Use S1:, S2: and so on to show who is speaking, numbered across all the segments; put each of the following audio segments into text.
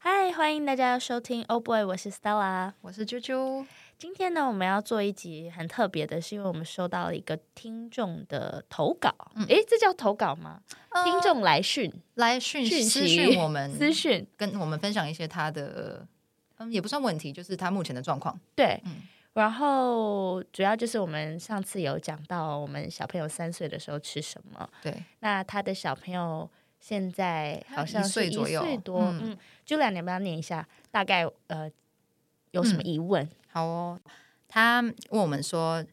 S1: 嗨，欢迎大家收听《Oh Boy》，我是 Stella。
S2: 我是啾啾，
S1: 今天呢，我们要做一集很特别的，是因为我们收到了一个听众的投稿。
S2: 嗯呃
S1: 诶，这叫投稿吗？听众来讯、
S2: 来讯
S1: 呃讯息
S2: 私讯我们，
S1: 私讯，
S2: 跟我们分享一些他的，嗯，也不算问题，就是他目前的状况。
S1: 对。
S2: 嗯
S1: 然后主要就是我们上次有讲到，我们小朋友三岁的时候吃什么。
S2: 对，
S1: 那他的小朋友现在好像是
S2: 他一岁
S1: 一
S2: 左右
S1: 岁多，
S2: 嗯
S1: 嗯，就两你要不要念一下？大概呃有
S2: 嗯
S1: 什么疑问？
S2: 好哦。他问我们说，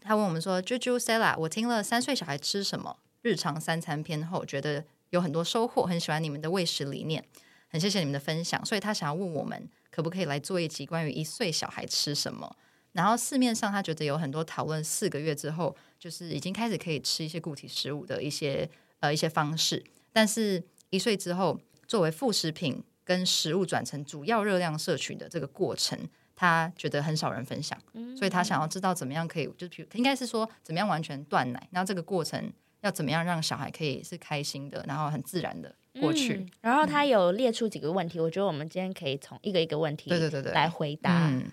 S2: 他问我们说，啾啾 Stella，我听了三岁小孩吃什么日常三餐篇后，觉得有很多收获，很喜欢你们的喂食理念，很谢谢你们的分享。所以他想要问我们，可不可以来做一集关于一岁小孩吃什么？然后市面上他觉得有很多讨论四个月之后，就是已经开始可以吃一些固体食物的一些呃一些方式，但是一岁之后作为副食品跟食物转成主要热量摄取的这个过程，他觉得很少人分享，所以他想要知道怎么样可以，就比如应该是说怎么样完全断奶，然后这个过程要怎么样让小孩可以是开心的，然后很自然的过去。
S1: 嗯然后他有列出几个问题，我觉得我们今天可以从一个一个问题
S2: 对对对对，
S1: 来回答，
S2: 嗯，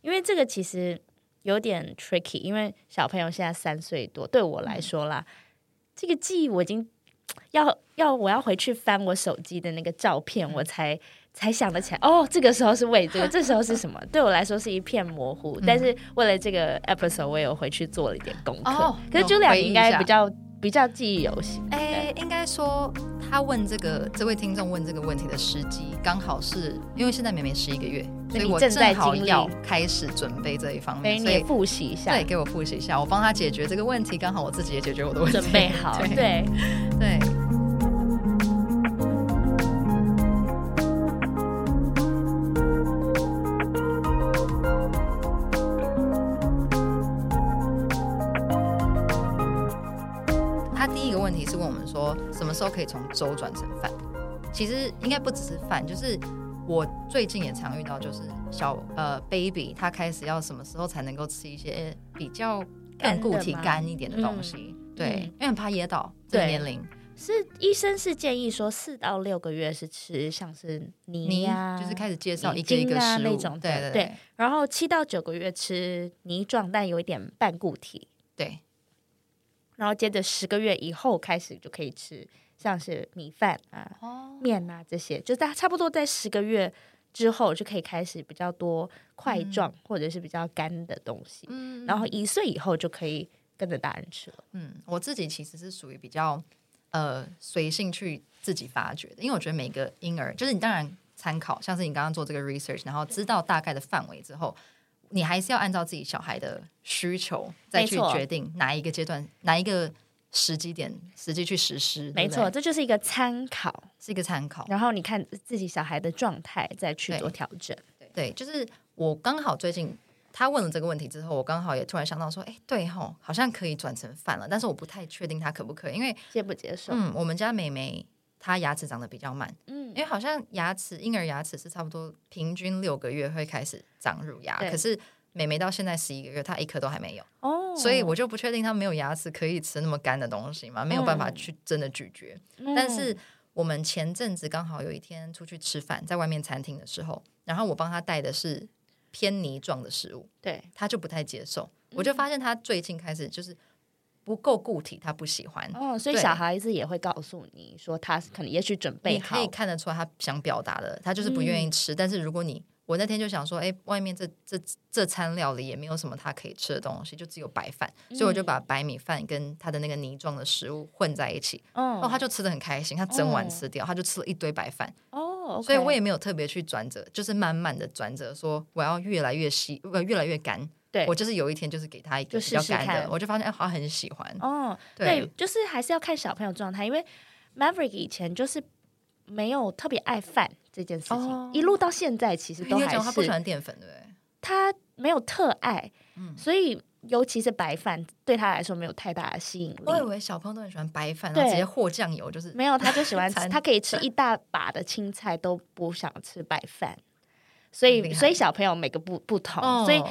S1: 因为这个其实有点 tricky，因为小朋友现在三岁多，对我
S2: 嗯
S1: 来说啦，这个记忆我已经要要我要回去翻我手机的那个照片，
S2: 嗯
S1: 我才才想得起来，哦，这个时候是喂这个，这时候是什么？ 对我来说是一片模糊，但
S2: 嗯
S1: 是为了这个 episode，我有回去做了一点功课。
S2: 哦
S1: 可是
S2: 有
S1: Julia
S2: 回忆
S1: 你应
S2: 一
S1: 该
S2: 下
S1: 比较比较记忆犹新，
S2: 哎、应该说他问这个这位听众问这个问题的时机，刚好是因为现在妹妹十一个月，
S1: 所
S2: 所
S1: 以
S2: 以
S1: 你
S2: 我
S1: 正在
S2: 正好
S1: 经历
S2: 要开始准备这一方
S1: 所以你
S2: 面，嗯所
S1: 也
S2: 以
S1: 复习一下
S2: 对，，给我复习一下，我帮他解决这个问题，刚好我自己也解决我的问题，
S1: 准备好，
S2: 对
S1: 对。
S2: 对，他第一个问题是问我们说，什么时候可以从粥转成饭？其实应该不只是饭，就是我最近也常遇到，就是小呃 baby 他开始要什么时候才能够吃一些比较
S1: 干
S2: 更
S1: 的
S2: 固体
S1: 吗
S2: 干一点的东西？
S1: 嗯
S2: 对，因为很怕噎到这个
S1: 对
S2: 年龄。
S1: 是医生是建议说四到六个月是吃像是泥
S2: 你
S1: 呀、
S2: 就是开始介绍
S1: 已
S2: 一个一
S1: 经
S2: 个
S1: 啊
S2: 食
S1: 那
S2: 物，
S1: 种
S2: 对
S1: 的
S2: 对
S1: 对然后七到九个月吃泥状，但有一点半固体，
S2: 对
S1: 然后接着十个月以后开始就可以吃像是米饭啊、
S2: 哦，
S1: 面啊这些，就在差不多在十个月之后就可以开始比较多块状、或者是比较干的东西，
S2: 嗯
S1: 然后一岁以后就可以跟着大人吃了。
S2: 嗯，我自己其实是属于比较呃随性去自己发掘的，因为我觉得每个婴儿，就是你当然参考，像是你刚刚做这个 research，然后知道大概的范围之后，你还是要按照自己小孩的需求再
S1: 没
S2: 去
S1: 错
S2: 决定哪一个阶段、哪一个时机点实际去实施，
S1: 没
S2: 对不
S1: 错，
S2: 对，
S1: 这就是一个参考，
S2: 是一个参考。
S1: 然后你看自己小孩的状态再去
S2: 对
S1: 做调整。
S2: 对，就是我刚好最近他问了这个问题之后，我刚好也突然想到说，哎，对吼，好像可以转成饭了，但是我不太确定他可不可以，因为
S1: 接不接受？
S2: 嗯，我们家妹妹她牙齿长得比较慢，
S1: 嗯
S2: 因为好像牙齿婴儿牙齿是差不多平均六个月会开始长乳牙，
S1: 对
S2: 可是。妹妹到现在十一个月，她一颗都还没有，
S1: 哦，
S2: 所以我就不确定她没有牙齿可以吃那么干的东西嘛，没有办法
S1: 嗯
S2: 去真的咀嚼。
S1: 嗯
S2: 但是我们前阵子刚好有一天出去吃饭，在外面餐厅的时候，然后我帮他带的是偏泥状的食物，
S1: 对，
S2: 他就不太接受。我
S1: 嗯
S2: 就发现他最近开始就是不够固体，他不喜欢。
S1: 哦，所以
S2: 对
S1: 小孩子也会告诉你说，他可能也许准备
S2: 你
S1: 好
S2: 可以，看得出来他想表达的，他就是不愿
S1: 嗯
S2: 意吃。但是如果你我那天就想说，哎、外面这这这餐料理也没有什么他可以吃的东西，就只有白饭，所以
S1: 嗯
S2: 我就把白米饭跟他的那个泥状的食物混在一起，
S1: 嗯
S2: 然哦后他就吃的很开心，他整碗
S1: 哦
S2: 吃掉，他就吃了一堆白饭。
S1: 哦，
S2: 所以我
S1: 也
S2: 也没有特别去转折，就是慢慢的转折，说我要越来越稀，呃，越来越干。
S1: 对
S2: 我就是有一天就是给他一
S1: 就
S2: 个比
S1: 试
S2: 较
S1: 试
S2: 干的，
S1: 看
S2: 我就发现哎，他很喜欢。
S1: 哦，
S2: 对
S1: 对，就是还是要看小朋友状态，因为 Maverick 以前就是没有特别爱饭这件事
S2: 哦哎
S1: 情，一路到现在其实
S2: 你
S1: 都
S2: 有
S1: 还
S2: 讲他不喜
S1: 是
S2: 欢嗯淀粉，对不对？
S1: 他没有特爱，所以尤其是白饭对他来说没有太大的吸引
S2: 我以
S1: 力。
S2: 为小朋友都很喜欢白饭，然
S1: 对
S2: 后直接和酱油，就是
S1: 没有，他就喜欢吃，
S2: 餐
S1: 他可以吃一大把的青菜，都不想吃白饭，所
S2: 很
S1: 以
S2: 厉害
S1: 所以小朋友每个不不同，
S2: 哦
S1: 所以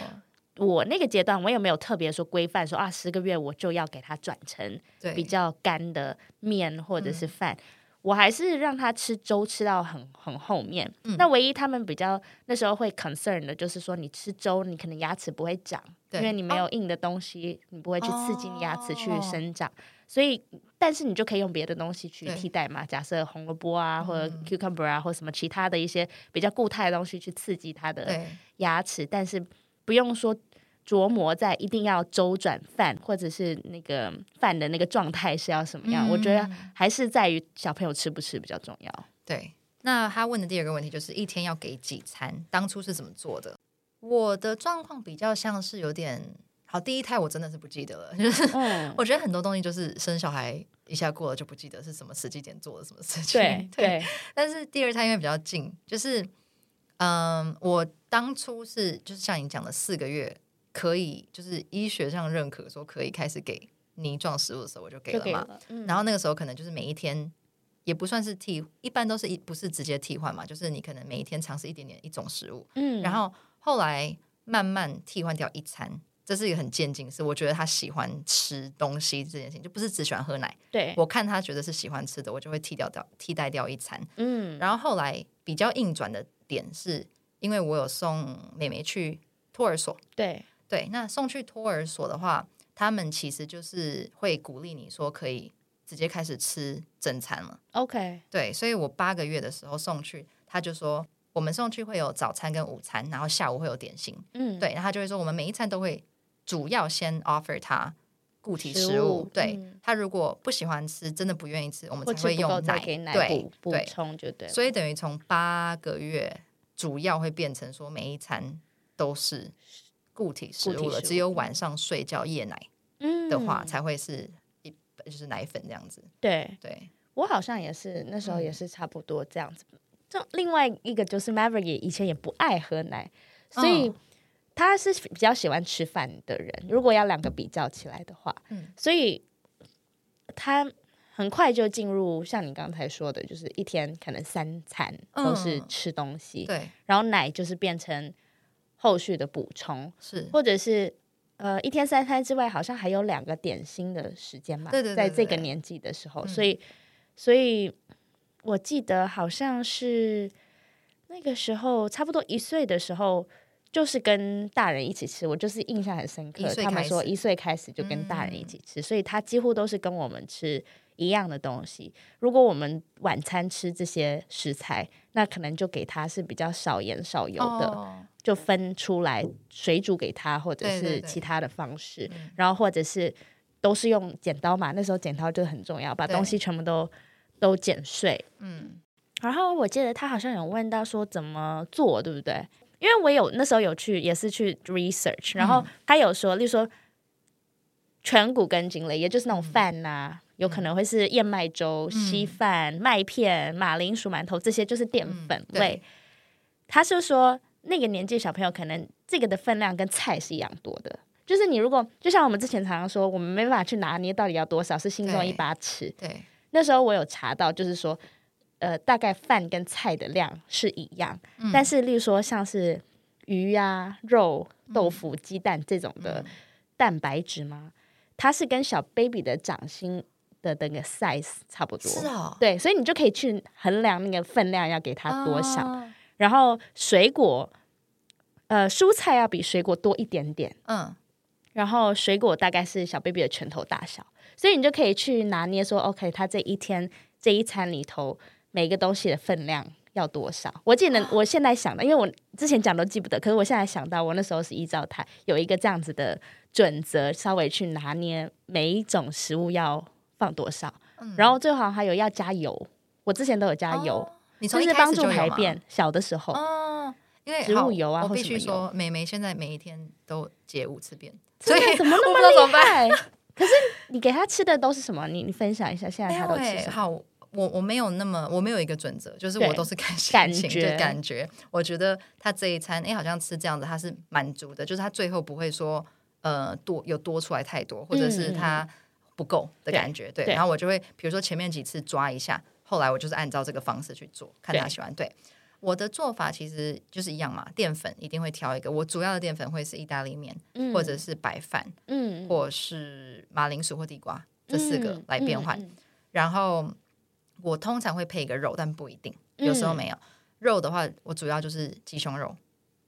S1: 我那个阶段，我也没有特别说规范说啊，十个月我就要给他转成
S2: 对嗯
S1: 比较干的面或者是饭。我还是让他吃粥吃到很很后面。
S2: 嗯
S1: 那唯一他们比较那时候会 concern 的就是说，你吃粥，你可能牙齿不会长，
S2: 对
S1: 因为你没有硬的东西，你不会去刺激你牙齿去
S2: 哦
S1: 生长。所以，但是你就可以用别的东西去
S2: 对嗯
S1: 替代嘛，假设红萝卜啊，或者 cucumber 啊，或什么其他的一些比较固态的东西去刺激它的
S2: 对
S1: 牙齿，但是不用说琢磨在一定要周转饭或者是那个饭的那个状态是要什么样。我觉得
S2: 嗯
S1: 还是在于小朋友吃不吃比较重要。
S2: 对。那他问的第二个问题就是一天要给几餐？当初是怎么做的？我的状况比较像是有点好，第一胎我真的是不记得了， 就是
S1: 嗯，
S2: 我觉得很多东西就是生小孩一下过了就不记得是什么时机点做了什么事情。
S1: 对 对，
S2: 但是第二胎因为比较近，就是嗯，我当初是就是像你讲的四个月可以，就是医学上认可说可以开始给泥状食物的时候，我就给
S1: 就
S2: 了
S1: 给
S2: 嘛。
S1: 了。嗯
S2: 然后那个时候可能就是每一天也不算是替，一般都是一不是直接替换嘛，就是你可能每一天尝试一点点一种食物，
S1: 嗯，
S2: 然后后来慢慢替换掉一餐。这是一个很渐进，是我觉得他喜欢吃东西这件事情，就不是只喜欢喝奶。
S1: 对，
S2: 我看他觉得是喜欢吃的，我就会替掉掉替代掉一餐。
S1: 嗯
S2: 然后后来比较硬转的点是，因为我有送妹妹去托儿所，
S1: 对，
S2: 对，那送去托儿所的话，他们其实就是会鼓励你说可以直接开始吃正餐了，
S1: OK，
S2: 对，所以我八个月的时候送去，他就说我们送去会有早餐跟午餐，然后下午会有点心，
S1: 嗯，
S2: 对，然后他就会说我们每一餐都会主要先 offer 他。固体
S1: 食
S2: 食
S1: 物
S2: 物，对、
S1: 嗯
S2: 他如果不喜欢吃，真的不愿意吃，我们
S1: 或
S2: 才
S1: 吃
S2: 会
S1: 不够
S2: 用
S1: 再给奶
S2: 对
S1: 补补
S2: 对
S1: 充就对了。
S2: 所以等于从八个月，主要会变成说每一餐都是固体食
S1: 固
S2: 物
S1: 体食
S2: 了，
S1: 物
S2: 只有晚上睡觉夜奶
S1: 嗯
S2: 的话、才会是一就是奶粉这样子。
S1: 对，
S2: 对，
S1: 我好像也是那时候
S2: 嗯
S1: 也是差不多这样子。就另外一个就是 Maverick 也以前也不爱喝奶，所以
S2: 嗯
S1: 他是比较喜欢吃饭的人。如果要两个比较起来的话，
S2: 嗯
S1: 所以他很快就进入像你刚才说的，就是一天可能三餐都是
S2: 嗯
S1: 吃东西，
S2: 对，
S1: 然后奶就是变成后续的补充，
S2: 是，
S1: 或者是。呃，一天三餐之外，好像还有两个点心的时间嘛。
S2: 对对对
S1: 在这个
S2: 对嗯
S1: 年纪的时候，所以，所以我记得好像是那个时候，差不多一岁的时候，就是跟大人一起吃。我就是印象很深刻
S2: 一，岁
S1: 他们
S2: 开始嗯
S1: 说一岁开始就跟大人一起吃，所以他几乎都是跟我们吃一样的东西。如果我们晚餐吃这些食材，那可能就给他是比较少盐少油的。
S2: 哦、
S1: 就分出来水煮给他，或者
S2: 对对
S1: 是
S2: 对嗯
S1: 其他的方式，然后或者是都是用剪刀嘛，那时候剪刀就很重要，把
S2: 对
S1: 东西全部都都剪碎。
S2: 嗯，
S1: 然后我记得他好像有问到说怎么做，对不对？因为我有那时候有去也是去 research，然
S2: 嗯
S1: 后他有说，例如说全谷根茎类，也就是那
S2: 嗯
S1: 种饭呐、有可能会是燕麦粥、稀饭、麦片、马铃薯馒头，这些就是淀粉
S2: 嗯对
S1: 类。他是说那个年纪小朋友可能这个的分量跟菜是一样多的。就是你如果就像我们之前常常说，我们没办法去拿捏到底要多少，是心中
S2: 对
S1: 一把尺。
S2: 对，
S1: 那时候我有查到，就是说，呃，大概饭跟菜的量是一样，但是例如说像是鱼啊、肉、豆腐、鸡蛋这种的蛋白质嘛，它是跟小 baby 的掌心的那个 size 差不多。
S2: 是哦，
S1: 对，所以你就可以去衡量那个分量要给它多少。然后水果，呃，蔬菜要比水果多一点点，
S2: 嗯，
S1: 然后水果大概是小 baby 的拳头大小，所以你就可以去拿捏说，OK，他这一天这一餐里头每个东西的分量要多少。我记
S2: 哦
S1: 得我现在想的，因为我之前讲都记不得，可是我现在想到，我那时候是依照它有一个这样子的准则，稍微去拿捏每一种食物要放多少，
S2: 嗯
S1: 然后最后好像还有要加油，我之前都有加油，
S2: 你哦从
S1: 就
S2: 一
S1: 是
S2: 开
S1: 帮
S2: 始
S1: 助
S2: 就有
S1: 排
S2: 吗
S1: 便。小的时候，
S2: 哦，因为
S1: 植
S2: 好
S1: 物油啊
S2: 我
S1: 或
S2: 必
S1: 什
S2: 须
S1: 么油
S2: 说，妹妹现在每一天都解五次便，所
S1: 真
S2: 以
S1: 的怎么那
S2: 我不知道怎
S1: 么
S2: 么
S1: 厉
S2: 办。
S1: 害？ 可是你给他吃的都是什么？你你分享一下，现在
S2: 没
S1: 他
S2: 有
S1: 都吃
S2: 欸
S1: 什么？
S2: 好，我我没有那么，我没有一个准则，就是
S1: 对
S2: 我都是看心
S1: 感
S2: 情，
S1: 觉
S2: 就感觉。我觉得他这一餐，哎、好像吃这样子，他是满足的，就是他最后不会说，呃，多有多出来太多，或者是
S1: 嗯
S2: 他不够的感觉。对，
S1: 对
S2: 然后我就会，比如说前面几次抓一下，后来我就是按照这个方式去做，看他
S1: 对
S2: 喜欢。对。我的做法其实就是一样嘛，淀粉一定会挑一个。我主要的淀粉会是意大利面，
S1: 嗯
S2: 或者是白饭，
S1: 嗯，
S2: 或是马铃薯或地瓜这四个
S1: 嗯
S2: 来变换。
S1: 嗯嗯
S2: 然后我通常会配一个肉，但不一定，有时候没有。肉的话，我主要就是鸡胸肉，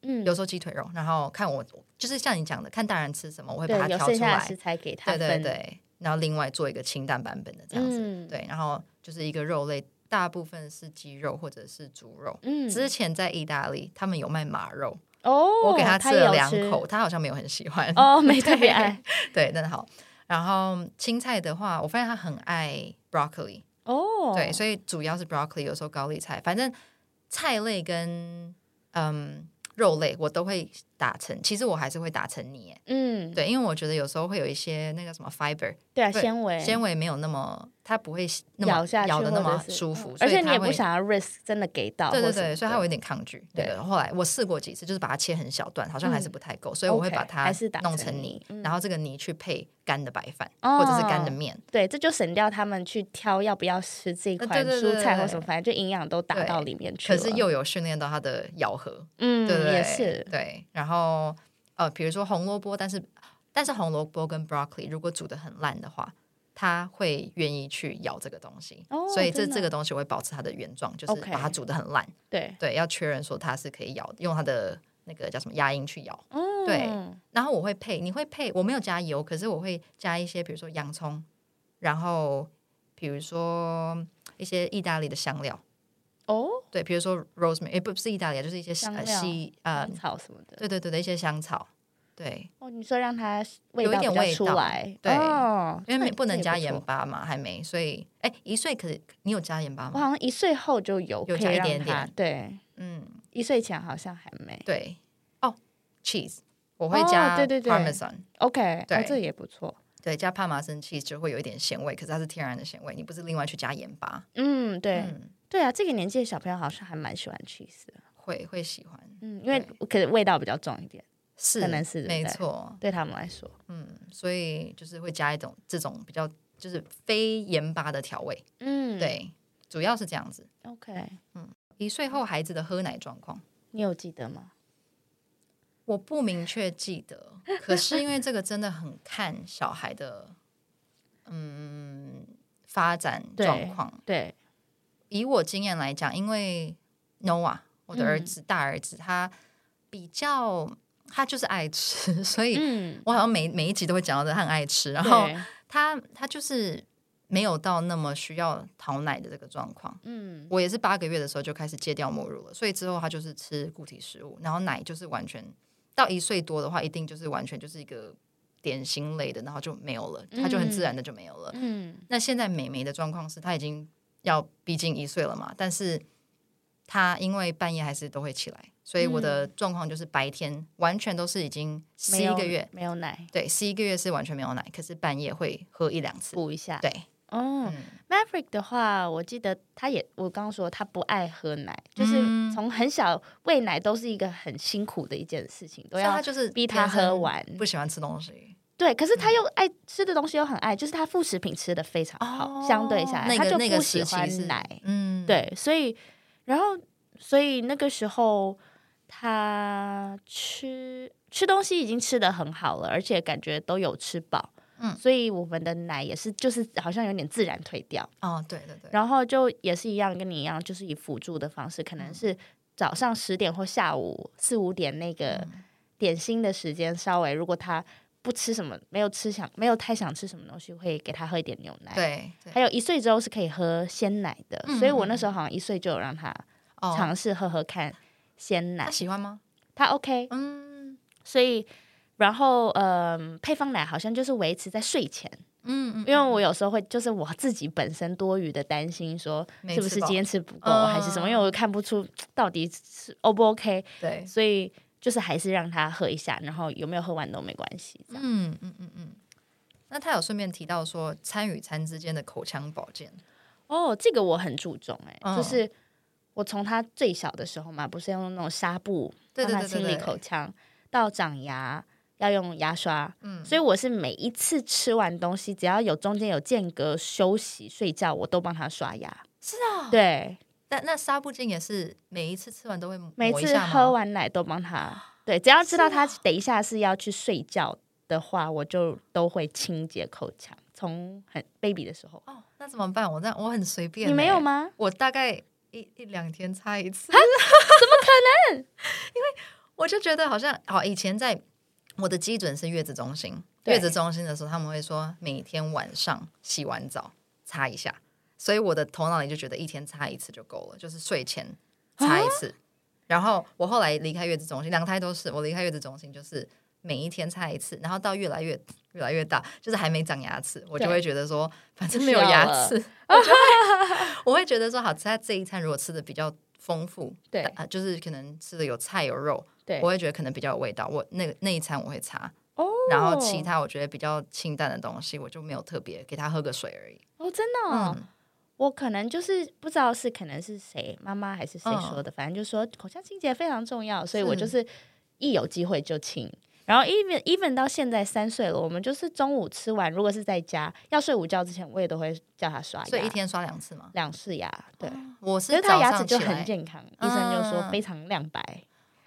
S1: 嗯，
S2: 有时候鸡腿肉，然后看我就是像你讲的，看大人吃什么，我会把
S1: 对
S2: 它
S1: 有
S2: 挑
S1: 剩
S2: 出
S1: 下的
S2: 来
S1: 食。材给他
S2: 对
S1: 分，
S2: 对对，然后另外做一个清淡版本的这样子。
S1: 嗯，
S2: 对，然后就是一个肉类，大部分是鸡肉或者是猪肉。
S1: 嗯，
S2: 之前在意大利，他们有卖马肉，
S1: 哦，
S2: 我给他吃
S1: 也
S2: 了
S1: 有
S2: 两
S1: 吃
S2: 口，他好像没有很喜欢。
S1: 哦，没特别爱
S2: 对，那好。然后青菜的话，我发现他很爱 broccoli，、
S1: 哦，
S2: 对，所以主要是 broccoli，有时候高丽菜，反正菜类跟嗯肉类我都会打成，其实我还是会打成泥耶，
S1: 嗯，
S2: 对，因为我觉得有时候会有一些那个什么 fiber
S1: 对啊，
S2: 对
S1: 纤维
S2: 纤维没有那么，它不会那么
S1: 咬下去
S2: 咬的那
S1: 或
S2: 么
S1: 者是嗯
S2: 舒服，
S1: 而
S2: 所以
S1: 且你
S2: 它
S1: 也不
S2: 会
S1: 想要 risk 真的给到，
S2: 对对
S1: 或什么
S2: 对，
S1: 的
S2: 所以它会有点抗拒。
S1: 对
S2: 对，后来我试过几次，就是把它切很小段，好像还是不太够，所以我会
S1: OK，
S2: 把它
S1: 还是打
S2: 弄
S1: 成
S2: 成
S1: 泥
S2: 泥
S1: 嗯，
S2: 然后这个泥去配干的白饭
S1: 哦
S2: 或者是干的面。
S1: 对，这就省掉他们去挑要不要吃这一
S2: 呃
S1: 款
S2: 对对对
S1: 蔬菜
S2: 对
S1: 或什么，反正就营养都打
S2: 对
S1: 到里面去
S2: 可
S1: 了。
S2: 是又有训练到它的咬合，
S1: 嗯，
S2: 对不对？
S1: 也是
S2: 对，然后呃，比如说红萝卜，但是但是红萝卜跟 broccoli 如果煮的很烂的话，它会愿意去咬这个东西，
S1: 哦
S2: 所以这
S1: 真的
S2: 这个东西我会保持它的原状，就是
S1: OK
S2: 把它煮的很烂。
S1: 对，
S2: 对，要确认说它是可以咬，用它的那个叫什么牙龈去咬。
S1: 嗯，
S2: 对然后我会配，你会配，我没有加油，可是我会加一些，比如说洋葱，然后比如说一些意大利的香料，
S1: 哦，
S2: 对，比如说 rosemary，诶，不不是意大利，就是一些
S1: 香
S2: 呃
S1: 料
S2: 西呃，
S1: 香草什么的。
S2: 对对对的一些香草，对，
S1: 哦，你说让它味
S2: 有一
S1: 道比
S2: 点
S1: 较
S2: 味
S1: 出
S2: 道
S1: 来，
S2: 对
S1: 哦
S2: 因为
S1: 那
S2: 没不
S1: 这
S2: 能
S1: 也
S2: 加
S1: 错
S2: 盐巴嘛，还没，所以哎，一岁可是你有加盐巴
S1: 我
S2: 吗？
S1: 好像一岁后就有，
S2: 有
S1: 可以
S2: 加一
S1: 让
S2: 点
S1: 它
S2: 点
S1: 对，
S2: 嗯，
S1: 一岁前好像还没。
S2: 对，哦，cheese，我会
S1: 哦
S2: 加
S1: 对对对
S2: parmesan，
S1: OK，哦
S2: 对，
S1: 这也不错。
S2: 对，加帕玛森 cheese 就会有一点咸味，可是它是天然的咸味，你不是另外去加盐巴，
S1: 嗯，对，
S2: 嗯，
S1: 对啊，这个年纪的小朋友好像还蛮喜欢 cheese 的，
S2: 会会喜欢。
S1: 嗯，因为可能味道比较重一点，
S2: 是，
S1: 可能是对不
S2: 没
S1: 对
S2: 错，
S1: 对他们来说。
S2: 嗯，所以就是会加一种这种比较就是非盐巴的调味，
S1: 嗯，
S2: 对，主要是这样子。
S1: ，OK，
S2: 一岁后孩子的喝奶状况，
S1: 你有记得吗？
S2: 我不明确记得，可是因为这个真的很看小孩的，嗯，发展
S1: 对
S2: 状况。
S1: 对，
S2: 以我经验来讲，因为 Noah 我的
S1: 嗯
S2: 儿子、大儿子，他比较他就是爱吃， 所以
S1: 嗯，
S2: 我好像每每一集都会讲到这，他很爱吃，然
S1: 然
S2: 后。他他就是没有到那么需要讨奶的这个状况。
S1: 嗯，
S2: 我也是八个月的时候就开始戒掉母乳了，所以之后他就是吃固体食物，然后奶就是完全到一岁多的话，一定就是完全就是一个点心类的，然后就没有了，他就很自然的就没有了。
S1: 嗯，
S2: 那现在美眉的状况是，她已经要逼近一岁了嘛，但是她因为半夜还是都会起来，所以我的状况就是白天完全都是已经十
S1: 嗯没
S2: 一
S1: 有
S2: 个月，
S1: 没有奶
S2: 对，十一个月是完全没有奶，可是半夜会喝一两次。
S1: 补一下。
S2: 对，
S1: 哦
S2: 嗯
S1: ，Maverick 的话，我记得他也，我刚刚说他不爱喝奶，就是
S2: 嗯
S1: 从很小喂奶都是一个很辛苦的一件事情，都
S2: 所以他
S1: 要
S2: 就是
S1: 逼他喝完。
S2: 不嗯喜欢吃东西，
S1: 对，可是他又爱吃的东西又很爱，就是他副食品吃的非常好，相对下来、
S2: 哦那
S1: 他
S2: 个
S1: 就
S2: 那
S1: 不
S2: 个
S1: 喜
S2: 时期是
S1: 欢奶。
S2: 嗯，，
S1: 对，所以然后所以那个时候他吃吃东西已经吃的很好了，而且感觉都有吃饱，
S2: 嗯
S1: 所以我们的奶也是就是好像有点自然退掉，
S2: 哦，对对对，
S1: 然后就也是一样跟你一样，就是以辅助的方式，可
S2: 嗯
S1: 能是早上十点或下午四五点那个
S2: 嗯
S1: 点心的时间，稍微如果他。不吃什么，没有吃想没有太想吃什么东西，会给他喝一点牛奶。
S2: 对对，
S1: 还有一岁之后是可以喝鲜奶的，
S2: 嗯
S1: 所以我那时候好像一岁就有让他
S2: 哦，
S1: 尝试喝喝看鲜奶，
S2: 他喜欢吗？
S1: 他 OK，
S2: 嗯
S1: 所以然后嗯、配方奶好像就是维持在睡前，
S2: 嗯嗯，
S1: 因为我有时候会就是我自己本身多余的担心说
S2: 没
S1: 是不是
S2: 吃饱
S1: 今天吃不够
S2: 嗯
S1: 还是什么，因为我看不出到底是 O 不 OK，
S2: 对，
S1: 所以就是还是让他喝一下，然后有没有喝完都没关系，这样
S2: 嗯嗯嗯嗯。那他有顺便提到说，餐与餐之间的口腔保健，
S1: 哦，这个我很注重哎、
S2: 嗯
S1: 就是我从他最小的时候嘛，不是要用那种纱布
S2: 对对
S1: 帮他
S2: 对对
S1: 清理
S2: 对
S1: 口腔，到长牙要用牙刷，
S2: 嗯
S1: 所以我是每一次吃完东西，只要有中间有间隔休息睡觉，我都帮他刷牙。
S2: 是啊，
S1: 对，
S2: 但那纱布巾也是每一次吃完都会抹
S1: 每
S2: 一
S1: 次
S2: 下吗
S1: 喝完奶都帮他，对，只要知道他等一下是要去睡觉的话，我就都会清洁口腔，从很 baby 的时候，
S2: 哦，那怎么办？我那我很随便、欸
S1: 你没有？吗？
S2: 我大概一一两天擦一
S1: 啊
S2: 次。 我就觉得好像好，以前在我的基准是月子中心，
S1: 对
S2: 月子中心的时候，他们会说每天晚上洗完澡擦一下，所以我的头脑里就觉得一天擦一次就够了，就是睡前
S1: 啊
S2: 擦一次。然后我后来离开月子中心，两胎都是我离开月子中心就是每一天擦一次，然后到越来越越来越大，就是还没长牙齿，我就
S1: 对
S2: 会觉得说反正
S1: 不
S2: 没有
S1: 需要
S2: 牙
S1: 了
S2: 齿， 我就会 我会觉得说好，他这一餐如果吃的比较丰富，
S1: 对
S2: 啊、就是可能吃的有菜有肉，
S1: 对
S2: 我会觉得可能比较有味道。我那个那一餐我会擦，
S1: 哦，
S2: 然后其他我觉得比较清淡的东西，我就没有特别给他喝个水而已。
S1: 哦，真的、
S2: 嗯
S1: 哦，我可能就是不知道是可能是谁妈妈还是谁
S2: 嗯
S1: 说的，反正就说口腔清洁非常重要，所以
S2: 是
S1: 我就是一有机会就清。然后 even even 到现在三岁了，我们就是中午吃完，如果是在家要睡午觉之前，我也都会叫他刷牙，
S2: 所以一天哦刷两次嘛。
S1: 两次牙，对。
S2: 我
S1: 可
S2: 是
S1: 是他
S2: 早
S1: 牙齿
S2: 上起
S1: 就很
S2: 来，
S1: 健康，医生就说
S2: 嗯
S1: 非常亮白。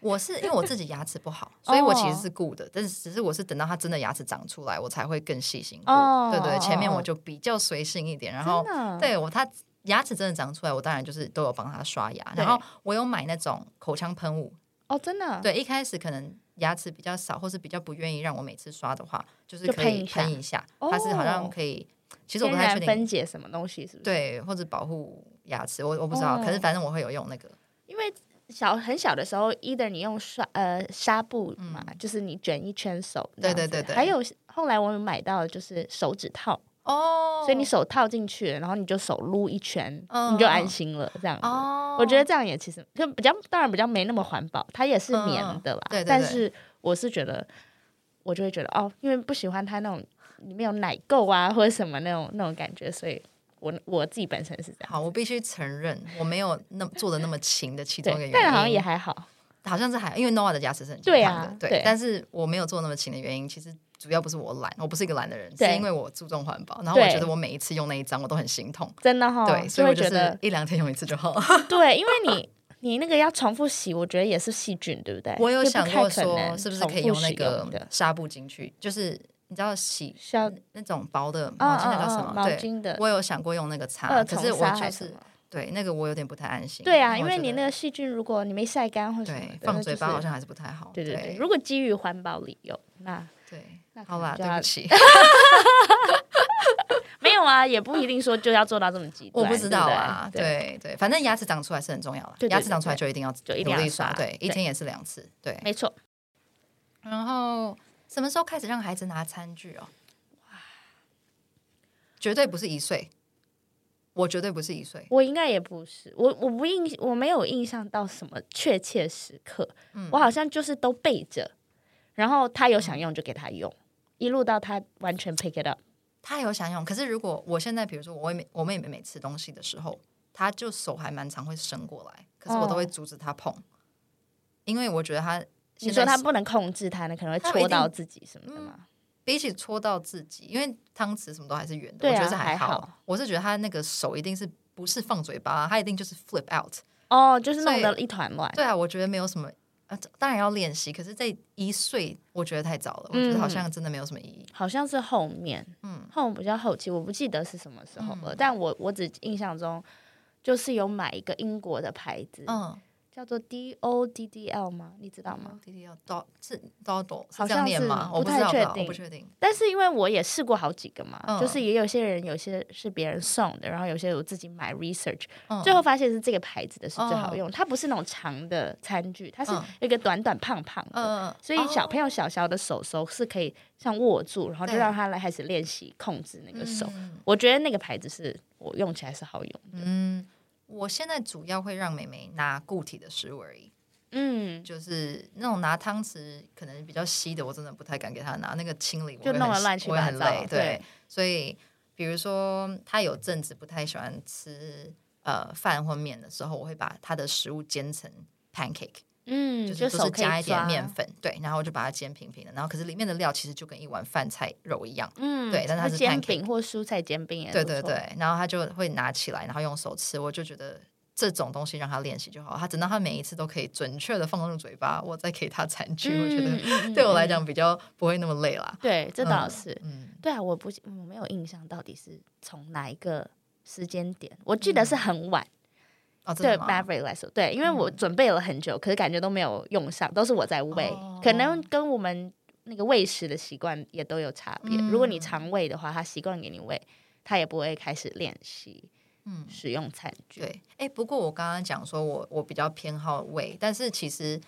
S2: 我是因为我自己牙齿不好，所以我其实
S1: 哦
S2: 是顾的，但是只是我是等到他真的牙齿长出来，我才会更细心顾。
S1: 哦
S2: 对对，前面
S1: 哦哦
S2: 我就比较随性一点，然后
S1: 真的，
S2: 对我，他牙齿真的长出来，我当然就是都有帮他刷牙，
S1: 对
S2: 然后我有买那种口腔喷雾。
S1: 哦，真的，
S2: 对，一开始可能牙齿比较少，或是比较不愿意让我每次刷的话，就是
S1: 就
S2: 可
S1: 喷
S2: 以
S1: 一下
S2: 喷一下，
S1: 哦
S2: 它是好像可以，其实我
S1: 天
S2: 不太
S1: 然
S2: 确定，
S1: 分解什么东西是不是？
S2: 对，或者保护牙齿，我我不知道，
S1: 哦
S2: 可是反正我会有用那个，
S1: 因为小很小的时候，either 你用刷呃纱布嘛，就是你卷一圈手这
S2: 嗯对
S1: 样子，
S2: 对对对
S1: 还有后来我们买到的就是手指套，
S2: 哦
S1: 所以你手套进去，然后你就手撸一圈，
S2: 嗯
S1: 你就安心了，这样子。
S2: 哦，
S1: 我觉得这样也其实就比较，当然比较没那么环保，它也是棉的啦。
S2: 嗯对对对
S1: 但是我是觉得，我就会觉得哦，因为不喜欢它那种里面有奶垢啊或者什么那种那种感觉，所以我我自己本身是这样。
S2: 好，我必须承认我没有那做的那么勤的其中一
S1: 对
S2: 个原，因，
S1: 但好像也还好。
S2: 好像是还因为 Nova 的牙齿是很
S1: 对
S2: 健
S1: 啊
S2: 康的，对，
S1: 对
S2: 但是我没有做那么勤的原因，其实主要不是我懒，我不是一个懒的人，是
S1: 对
S2: 因为我注重环保，然后我
S1: 对
S2: 觉得我每一次用那一张我都很心痛，
S1: 真的哈、
S2: 对，
S1: 就
S2: 所以我
S1: 会
S2: 就
S1: 觉得
S2: 是一两天用一次就 好。
S1: 对，因为你你那个要重复洗，我觉得也是细菌，对不对？
S2: 我有
S1: 就
S2: 想
S1: 不太
S2: 过
S1: 可
S2: 说，
S1: 能
S2: 是不是
S1: 重
S2: 可以
S1: 复
S2: 用那
S1: 使
S2: 个
S1: 用的
S2: 纱布进去，就是你知道洗
S1: 像
S2: 那种薄的毛
S1: 啊
S2: 巾，那
S1: 啊
S2: 叫什
S1: 啊
S2: 么？
S1: 毛
S2: 对，
S1: 巾的
S2: 我有想过用那个擦，
S1: 二
S2: 可
S1: 重
S2: 是我嗯
S1: 纱
S2: 就
S1: 还是什
S2: 是
S1: 么？
S2: 对那个我有点不太安心。
S1: 对啊，
S2: 我
S1: 因为
S2: 觉
S1: 你
S2: 得
S1: 那个细菌，如果你没晒干或者什么
S2: 对
S1: 的，
S2: 放
S1: 那
S2: 嘴
S1: 就
S2: 巴好
S1: 是
S2: 像还是不太好。
S1: 对对对。
S2: 对
S1: 如果基于环保理由，那
S2: 对
S1: 那可
S2: 好
S1: 能
S2: 啦，
S1: 就
S2: 对
S1: 要
S2: 不起，
S1: 没有啊，也不一定说就要做到这么极端，
S2: 我不知道
S1: 对不
S2: 啊。
S1: 对，
S2: 对对，反正牙齿长出来是很重要的，
S1: 对对
S2: 牙齿长出来
S1: 对
S2: 就一定要
S1: 就一定
S2: 努
S1: 要
S2: 力刷，
S1: 刷
S2: 对，一
S1: 对
S2: 天也是两次，对。
S1: 没错。
S2: 然后什么时候开始让孩子拿餐具哦？绝对不是一岁，我绝对不是一岁。
S1: 我应该也不是，我我不印我没有印象到什么确切时刻，
S2: 嗯
S1: 我好像就是都备着，然后他有想用就给他用，一路到他完全 pick it up。
S2: 他有想用，可是如果我现在比如说我妹妹我妹妹每吃东西的时候，她就手还蛮常会伸过来，可是我
S1: 哦
S2: 都会阻止她碰，因为我觉得她
S1: 你
S2: 现
S1: 说
S2: 在
S1: 他
S2: 是
S1: 不能控制他呢，可能会
S2: 他一定嗯
S1: 戳到自己什么的吗？
S2: 比起戳到自己，因为汤匙什么都还是圆的，
S1: 对啊
S2: 我觉得是好。
S1: 还好
S2: 我是觉得她那个手一定是不是放嘴巴，她一定就是 flip out。
S1: 哦，就是弄得一团乱。
S2: 对啊，我觉得没有什么，呃，当然要练习，可是这一岁我觉得太早了，我觉得好像
S1: 嗯
S2: 真的没有什么意义。
S1: 好像是后面，嗯，后比较后期，我不记得是什么时候
S2: 嗯
S1: 了，但我我只印象中就是有买一个英国的牌子，
S2: 嗯，
S1: 叫做 D O D D L 吗？你知道吗？
S2: 弟弟要刀是刀斗是
S1: 好
S2: 这样
S1: 像
S2: 念
S1: 是
S2: 吗？
S1: 不
S2: 我不知
S1: 太确
S2: 道，不知道我
S1: 定
S2: 不确定。
S1: 但是因为我也试过好几个嘛，
S2: 嗯
S1: 就是也有些人有些是别人送的，然后有些我自己买 research，、
S2: 嗯
S1: 最后发现是这个牌子的是最好用。它不是那种长的餐具，它是
S2: 嗯
S1: 一个短短胖胖的，
S2: 嗯，
S1: 所以小朋友小小的手手是可以像握住，然后就
S2: 对
S1: 让他来开始练习控制那个手。
S2: 嗯
S1: 我觉得那个牌子是我用起来是好用的。
S2: 嗯，我现在主要会让妹妹拿固体的食物而已，
S1: 嗯，
S2: 就是那种拿汤匙可能比较稀的，我真的不太敢给她拿，那个清理我
S1: 就
S2: 会
S1: 弄
S2: 很
S1: 得乱
S2: 辛
S1: 七
S2: 我会
S1: 八
S2: 很
S1: 糟
S2: 累，对
S1: 对。
S2: 所以比如说他有阵子不太喜欢吃呃饭或面的时候，我会把他的食物煎成 pancake，
S1: 嗯，
S2: 就是都
S1: 手
S2: 是
S1: 可以
S2: 加一点
S1: 抓
S2: 面，粉，对，然后我就把它煎平平的，然后可是里面的料其实就跟一碗饭菜肉一样，
S1: 嗯，
S2: 对但它是
S1: 煎
S2: pancake
S1: 饼或蔬菜煎饼也
S2: 对
S1: 不
S2: 对
S1: 错，
S2: 对，然后他就会拿起来，然后用手吃，我就觉得这种东西让他练习就好。他等到他每一次都可以准确的放入嘴巴，我再给他餐具，我觉得
S1: 得
S2: 对我来，讲比较不会那么累啦。
S1: 嗯对，这倒
S2: 嗯
S1: 是。
S2: 嗯，
S1: 对啊，我不我没有印象到底是从哪一个时间点，我记
S2: 嗯
S1: 得是很晚，
S2: 哦，真
S1: 对
S2: 的吗？嗯
S1: Maverick 来说，对，因为我准备了很久，可是感觉都没有用上，都是我在喂，
S2: 哦
S1: 可能跟我们那个喂食的习惯也都有差别。
S2: 嗯
S1: 如果你常喂的话，他习惯给你喂，他也不会开始练习
S2: 嗯，
S1: 使用餐具。
S2: 对，哎，不过我刚刚讲说我我比较偏好胃，但是其实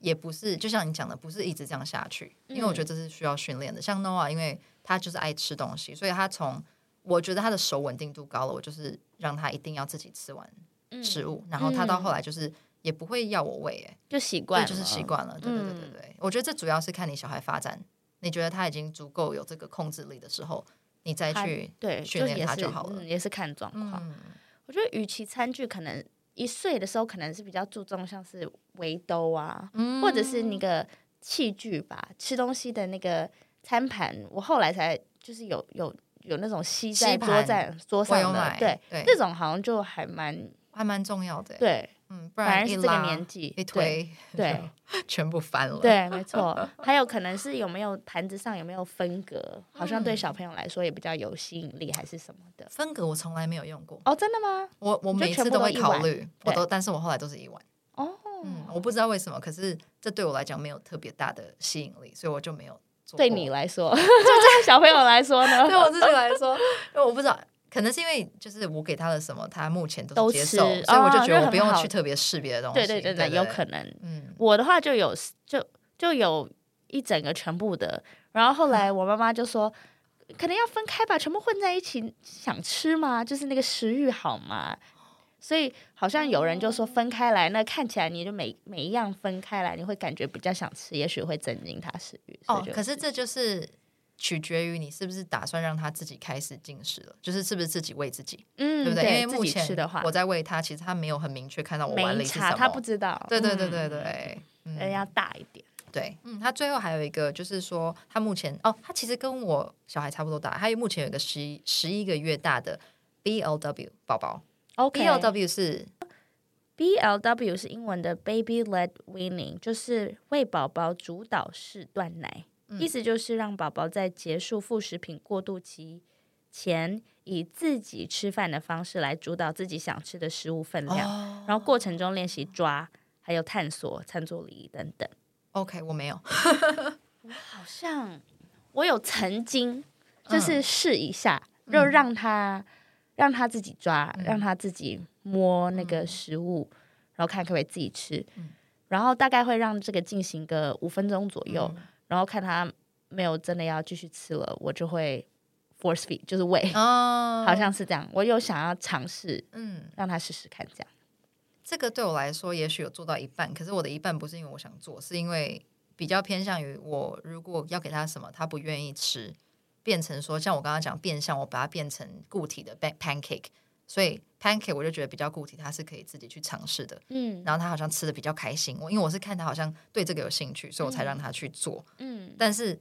S2: 也不是，就像你讲的，不是一直这样下去，因为我觉
S1: 嗯
S2: 得这是需要训练的。像 Noah，因为他就是爱吃东西，所以他从我觉得他的手稳定度高了，我就是让他一定要自己吃完
S1: 嗯
S2: 食物，然后他到后来就是也不会要我喂，哎，
S1: 就习惯了，嗯
S2: 对，就是习。惯了。对对对对对，我觉得这主要是看你小孩发展，你觉得他已经足够有这个控制力的时候，你再
S1: 他
S2: 去
S1: 对，
S2: 训
S1: 就
S2: 练
S1: 也
S2: 他
S1: 是
S2: 就好了
S1: 嗯，也是看状况。
S2: 嗯。
S1: 我觉得，与其餐具，可能一岁的时候可能是比较注重像是围兜啊，或者
S2: 嗯
S1: 是那个器具吧，吃东西的那个餐盘。我后来才就是有有有那种吸在
S2: 吸盘
S1: 桌在桌
S2: 我有
S1: 上的
S2: 买，，
S1: 对，
S2: 对，
S1: 那种好像就还蛮
S2: 还蛮重要的欸。
S1: 对，
S2: 嗯，不
S1: 反
S2: 然
S1: 而
S2: 一
S1: 是这
S2: 拉
S1: 个年纪
S2: 一，推，
S1: 对
S2: 全部翻了。
S1: 对，对，没 错。还有可能是有没有盘子上有没有分隔，好像对
S2: 嗯
S1: 小朋友来说也比较有吸引力，还是什么的。
S2: 分隔我从来没有用过，
S1: 哦，真的吗？
S2: 我
S1: 就
S2: 我每
S1: 全部
S2: 次都
S1: 都
S2: 会
S1: 一
S2: 考
S1: 碗
S2: 虑，我
S1: 对
S2: 都，但是我后来都是一碗。
S1: 哦，
S2: 嗯，我不知道为什么，可是这对我来讲没有特别大的吸引力，所以我就没有做。
S1: 对你，来说，对小朋友来说呢？
S2: 对我自己来说，因为我不知道。可能是因为就是我给他的什么，他目前都
S1: 都
S2: 是接
S1: 吃
S2: 受，所以我就
S1: 哦
S2: 觉得
S1: 那
S2: 我不
S1: 很
S2: 用
S1: 好
S2: 去特别试别的东西。
S1: 对对对对，有可能。
S2: 嗯，
S1: 我的话就有就就有一整个全部的，然后后来
S2: 嗯
S1: 我妈妈就说，可能要分开吧，全部混在一起，想吃吗？就是那个食欲好吗？所以好像有人就说分开来，那看起来你就每每一样分开来，你会感觉比较想吃，也许会增进他食欲。所以
S2: 哦
S1: 就，
S2: 可是这就是取决于你是不是打算让他自己开始进食了，就是是不是自己喂自己。
S1: 嗯，
S2: 对不对？因为目
S1: 自己吃
S2: 前
S1: 的话
S2: 我在喂它，其实它没有很明确看到我碗
S1: 没
S2: 里是什
S1: 差，
S2: 么。
S1: 他不知道。
S2: 对对
S1: 嗯
S2: 对
S1: 哎
S2: 对，对，嗯，
S1: 人要大一点。
S2: 对，嗯，他最后还有一个就是说，他目前哦，他其实跟我小孩差不多大，他目前有一个十一十一个月大的 B O W 宝宝
S1: OK，
S2: ，B O W 是
S1: BLW 是英文的 Baby Led Weaning，就是为宝宝主导式断奶，意思就是让宝宝在结束副食品过渡期前，以自己吃饭的方式来主导自己想吃的食物分量，
S2: 哦
S1: 然后过程中练习抓，还有探索餐桌礼仪等等。
S2: ，OK，我没有，
S1: 好像我有曾经
S2: 嗯
S1: 就是试一下，就让他让他自己抓，
S2: 嗯
S1: 让他自己摸那个食物，然后看可不可以自己吃。
S2: 嗯
S1: 然后大概会让这个进行个五分钟左右，
S2: 嗯
S1: 然后看他没有真的要继续吃了，我就会 force feed，就是喂，
S2: 哦，
S1: 好像是这样。我有想要尝试
S2: 嗯，
S1: 让他试试看，这样。
S2: 这个对我来说也许有做到一半，可是我的一半不是因为我想做，是因为比较偏向于我如果要给他什么，他不愿意吃，变成说像我刚刚讲变相，我把它变成固体的 pan pancake，所以 pancake 我就觉得比较固体，它是可以自己去尝试的。
S1: 嗯
S2: 然后他好像吃的比较开心，我因为我是看他好像对这个有兴趣，所以我才让他去做。
S1: 嗯，
S2: 但是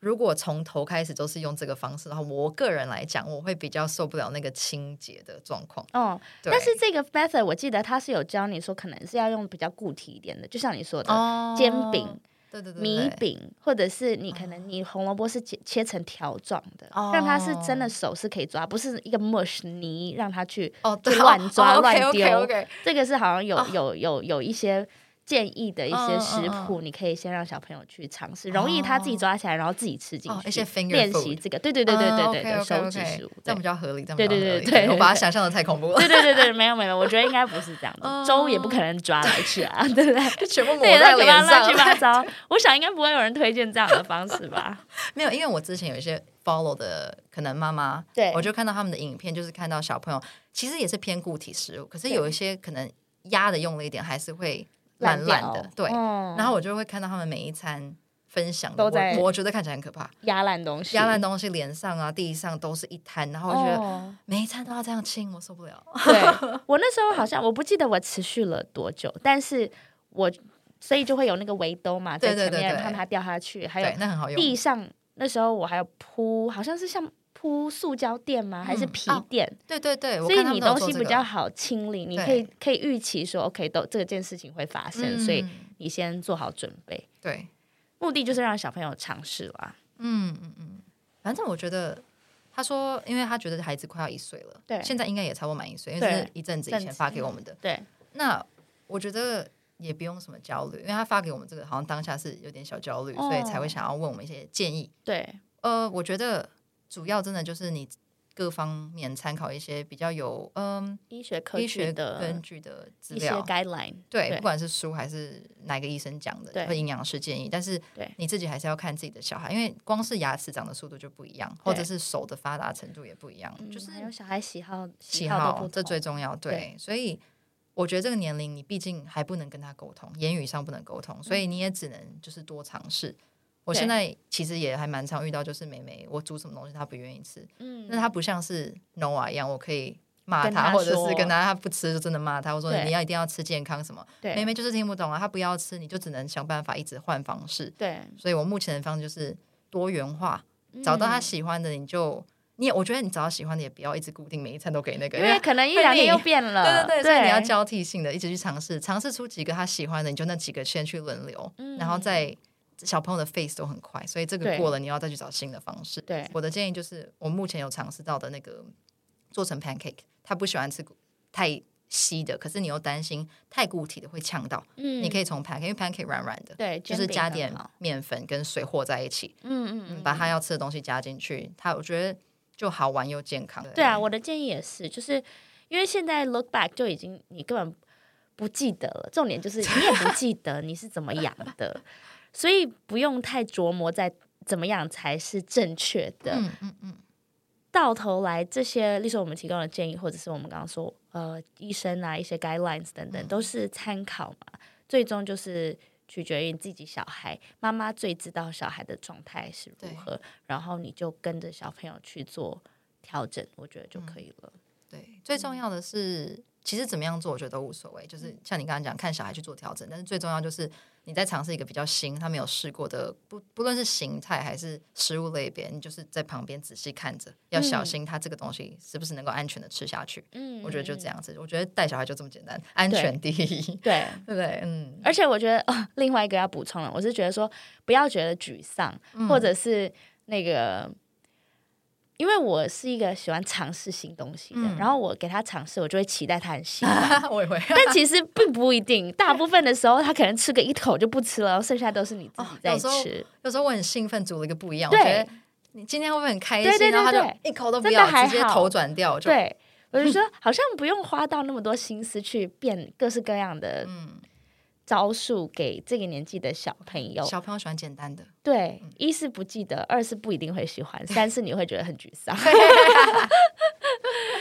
S2: 如果从头开始都是用这个方式的话，我个人来讲，我会比较受不了那个清洁的状况。
S1: 哦，
S2: 对
S1: 但是这个 method 我记得他是有教你说，可能是要用比较固体一点的，就像你说的、
S2: 哦
S1: 煎饼、
S2: 对对对对
S1: 米饼，或者是你可能你红萝卜是切切成条状的，
S2: 哦
S1: 让它是真的手是可以抓，不是一个 mush 泥让它去
S2: 哦，
S1: 就
S2: 对，
S1: 乱抓
S2: 哦、
S1: 乱
S2: OK
S1: 丢
S2: OK OK，
S1: 这个是好像有、有有有一些建议的一些食
S2: 嗯嗯
S1: 谱，你可以先让小朋友去尝试，容易他自己抓起来，然后自己吃进
S2: 哦
S1: 去，
S2: 一些 finger
S1: 练习
S2: food
S1: 这个，对对对对对对对，
S2: o k
S1: 手
S2: o
S1: 指
S2: k
S1: 食物，
S2: 哦这
S1: 对
S2: 样比较合理，这样比较
S1: 对对
S2: 合理。
S1: 对对
S2: 我把它想象的太恐怖了，
S1: 对对对对，没有没有，我觉得应该不是这样的，粥也不可能抓来吃啊， 对不对？
S2: 全嗯部抹
S1: 对，
S2: 在
S1: 那可
S2: 脸
S1: 怕 乱七八
S2: 上。
S1: 糟。我想应该不会有人推荐这样的方式吧？
S2: 没有，因为我之前有一些 follow 的，可能妈妈，
S1: 对
S2: 我就看到他们的影片，就是看到小朋友其实也是偏固体食物，可是
S1: 对
S2: 有一些可能压的用了一点，还是会烂哦烂的
S1: 掉，
S2: 对。
S1: 嗯
S2: 然后我就会看到他们每一餐分享的，
S1: 都
S2: 我
S1: 在
S2: 我觉得看起来很可怕，
S1: 压烂东西，
S2: 压烂东西，脸上啊、地上都是一滩，然后我觉得
S1: 哦
S2: 每一餐都要这样清，我受不了。
S1: 对 我那时候好像我不记得我持续了多久，但是我所以就会有那个围兜嘛，在
S2: 对对
S1: 前面
S2: 对对
S1: 让它掉下去，还有
S2: 对，那很好用。
S1: 地上那时候我还有铺，好像是像铺塑胶垫吗？还是
S2: 嗯
S1: 皮
S2: 哦
S1: 垫？
S2: 对对对，我
S1: 所以
S2: 看他
S1: 你
S2: 们都
S1: 东
S2: 有做
S1: 西
S2: 这
S1: 比
S2: 个
S1: 较好清理，你
S2: 对
S1: 可以可以预期说，OK，都这件事情会发生，所以
S2: 嗯
S1: 你先做好准备。
S2: 对，
S1: 目的就是让小朋友尝试啦。
S2: 嗯嗯嗯，反正我觉得。他说，因为他觉得孩子快要一岁了，
S1: 对
S2: 现在应该也差不多满一岁，因为这是
S1: 对
S2: 一阵子以
S1: 阵
S2: 前
S1: 子
S2: 发给我们的。
S1: 对，
S2: 那我觉得也不用什么焦虑，因为他发给我们这个好像当下是有点小焦虑，
S1: 哦
S2: 所以才会想要问我们一些建议。
S1: 对，
S2: 呃，我觉得主要真的就是你各方面参考一些比较有嗯、
S1: 医学科
S2: 医
S1: 学
S2: 学
S1: 的
S2: 根据的资
S1: 一些
S2: 料。
S1: guideline，
S2: 对，
S1: 对
S2: 不管是书还是哪个医生讲的，
S1: 对
S2: 或营养师建议，但是
S1: 对
S2: 你自己还是要看自己的小孩，因为光是牙齿长的速度就不一样，或者是手的发达程度也不一样，
S1: 嗯
S2: 就是
S1: 还有小孩喜好
S2: 喜
S1: 好都不
S2: 好，这
S1: 同
S2: 最重要。对，
S1: 对
S2: 所以我觉得这个年龄，你毕竟还不能跟他沟通，言语上不能沟通，所以你也只能就是多尝试。
S1: 嗯
S2: 我
S1: 对
S2: 现在其实也还蛮常遇到，就是妹妹我煮什么东西她不愿意吃，
S1: 嗯
S2: 那她不像是 Noah 一样，我可以骂
S1: 跟她
S2: 她，或者是
S1: 说
S2: 跟她她不吃就真的骂她，我说
S1: 对
S2: 你要一定要吃健康什么，妹
S1: 对
S2: 妹就是听不懂啊，她不要吃，你就只能想办法一直换方式。
S1: 对
S2: 所以我目前的方式就是多元化，找到她
S1: 嗯
S2: 喜欢的你就。你也，我觉得你找到喜欢的也不要一直固定每一餐都给那个，
S1: 因为可能一两天又变了，
S2: 对对对，所以你要交替性的一直去尝试，尝试出几个他喜欢的，你就那几个先去轮流，
S1: 嗯
S2: 然后再小朋友的 face 都很快，所以这个
S1: 对
S2: 过了，你要再去找新的方式。
S1: 对
S2: 我的建议就是，我目前有尝试到的那个做成 pancake，他不喜欢吃太稀的，可是你又担心太固体的会呛到，
S1: 嗯
S2: 你可以从 pancake，因为 pancake 软软的。
S1: 对，
S2: 就
S1: 煎
S2: 是
S1: 饼
S2: 加
S1: 很
S2: 点
S1: 好
S2: 面粉跟水和在一起，
S1: 嗯嗯
S2: 嗯
S1: 嗯，
S2: 把他要吃的东西加进去，他我觉得就好玩又健康。
S1: 对啊，我的建议也是，就是因为现在 look back 就已经你根本不记得了，重点就是你也不记得你是怎么养的， 所以不用太琢磨在怎么样才是正确的。
S2: 嗯嗯嗯，
S1: 到头来，这些，例如说我们提供的建议，或者是我们刚刚说呃医生啊一些 guidelines 等
S2: 嗯
S1: 等，都是参考嘛，最终就是。取决于你自己小孩，妈妈最知道小孩的状态是如
S2: 对
S1: 何，然后你就跟着小朋友去做调整，我觉得
S2: 嗯
S1: 就可以了。
S2: 对，最
S1: 嗯
S2: 重要的是，其实怎么样做，我觉得都无所谓。就是像你刚刚讲，看小孩去做调整，但是最重要就是你在尝试一个比较新、他没有试过的，不不论是形态还是食物类别，你就是在旁边仔细看着，要小心他这个东西是不是能够安全的吃下去。
S1: 嗯
S2: 我觉得就这
S1: 样。
S2: 样子，我觉得带小孩就这么简单，安全第一，
S1: 对，
S2: 对不对？嗯，
S1: 而且我觉得、哦、另外一个要补充了，我是觉得说不要觉得沮丧，
S2: 嗯
S1: 或者是那个，因为我是一个喜欢尝试新东西
S2: 嗯
S1: 的，然后我给他尝试，我就会期待他很喜 欢。
S2: 我也会。
S1: 但其实并不一定，大部分的时候他可能吃个一口就不吃了，然后剩下都是你自己在
S2: 哦有时候
S1: 吃。
S2: 有时候我很兴奋，煮了一个不一样，我
S1: 对
S2: 觉得你今天会不会很开心？
S1: 对对对
S2: 然后他就
S1: 对
S2: 一口都不
S1: 真的
S2: 要，
S1: 还
S2: 直接
S1: 好
S2: 头转掉，就
S1: 对，我 就说好像不用花到那么多心思去变各式各样的
S2: 嗯
S1: 招数给这个年纪的小朋友。
S2: 小朋友喜欢简单的。
S1: 对，
S2: 嗯
S1: 一是不记得，二是不一定会喜 欢，三是你会觉得很沮丧。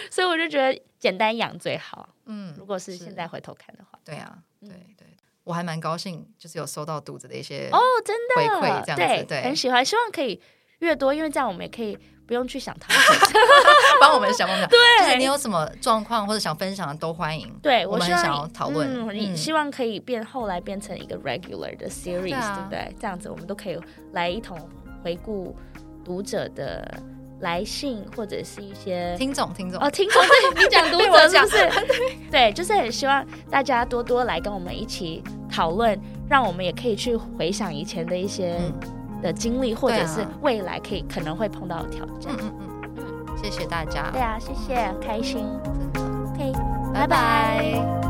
S1: 所以我就觉得简单养最好。
S2: 嗯
S1: 如果是
S2: 是
S1: 现在回头看的话，
S2: 对啊，
S1: 嗯
S2: 对对，我还蛮高兴，就是有收到读者的一些
S1: 哦，真的，
S2: 嗯回馈这样子
S1: 对，
S2: 对
S1: 很喜欢，希望可以越多，因为这样我们也可以不用去想他 们。
S2: 帮我们想办法。
S1: 对
S2: 就是你有什么状况或者想分享的都欢迎。
S1: 对，
S2: 我们
S1: 希
S2: 很
S1: 望
S2: 想要讨论。
S1: 嗯，你希望可以变后来变成一个 regular 的 series，、
S2: 啊
S1: 对不对？这样子我们都可以来一同回顾读者的来信或者是一些
S2: 听众，听众
S1: 哦，，听众对你讲读者是不
S2: 被
S1: 是？ 对，就是很希望大家多多来跟我们一起讨论，让我们也可以去回想以前的一些
S2: 嗯
S1: 的经历，或者是未来可以可能会碰到的挑战。
S2: 啊嗯嗯嗯，谢谢大家
S1: 对，啊，谢谢，很开心。
S2: 真的
S1: OK，拜拜
S2: 拜拜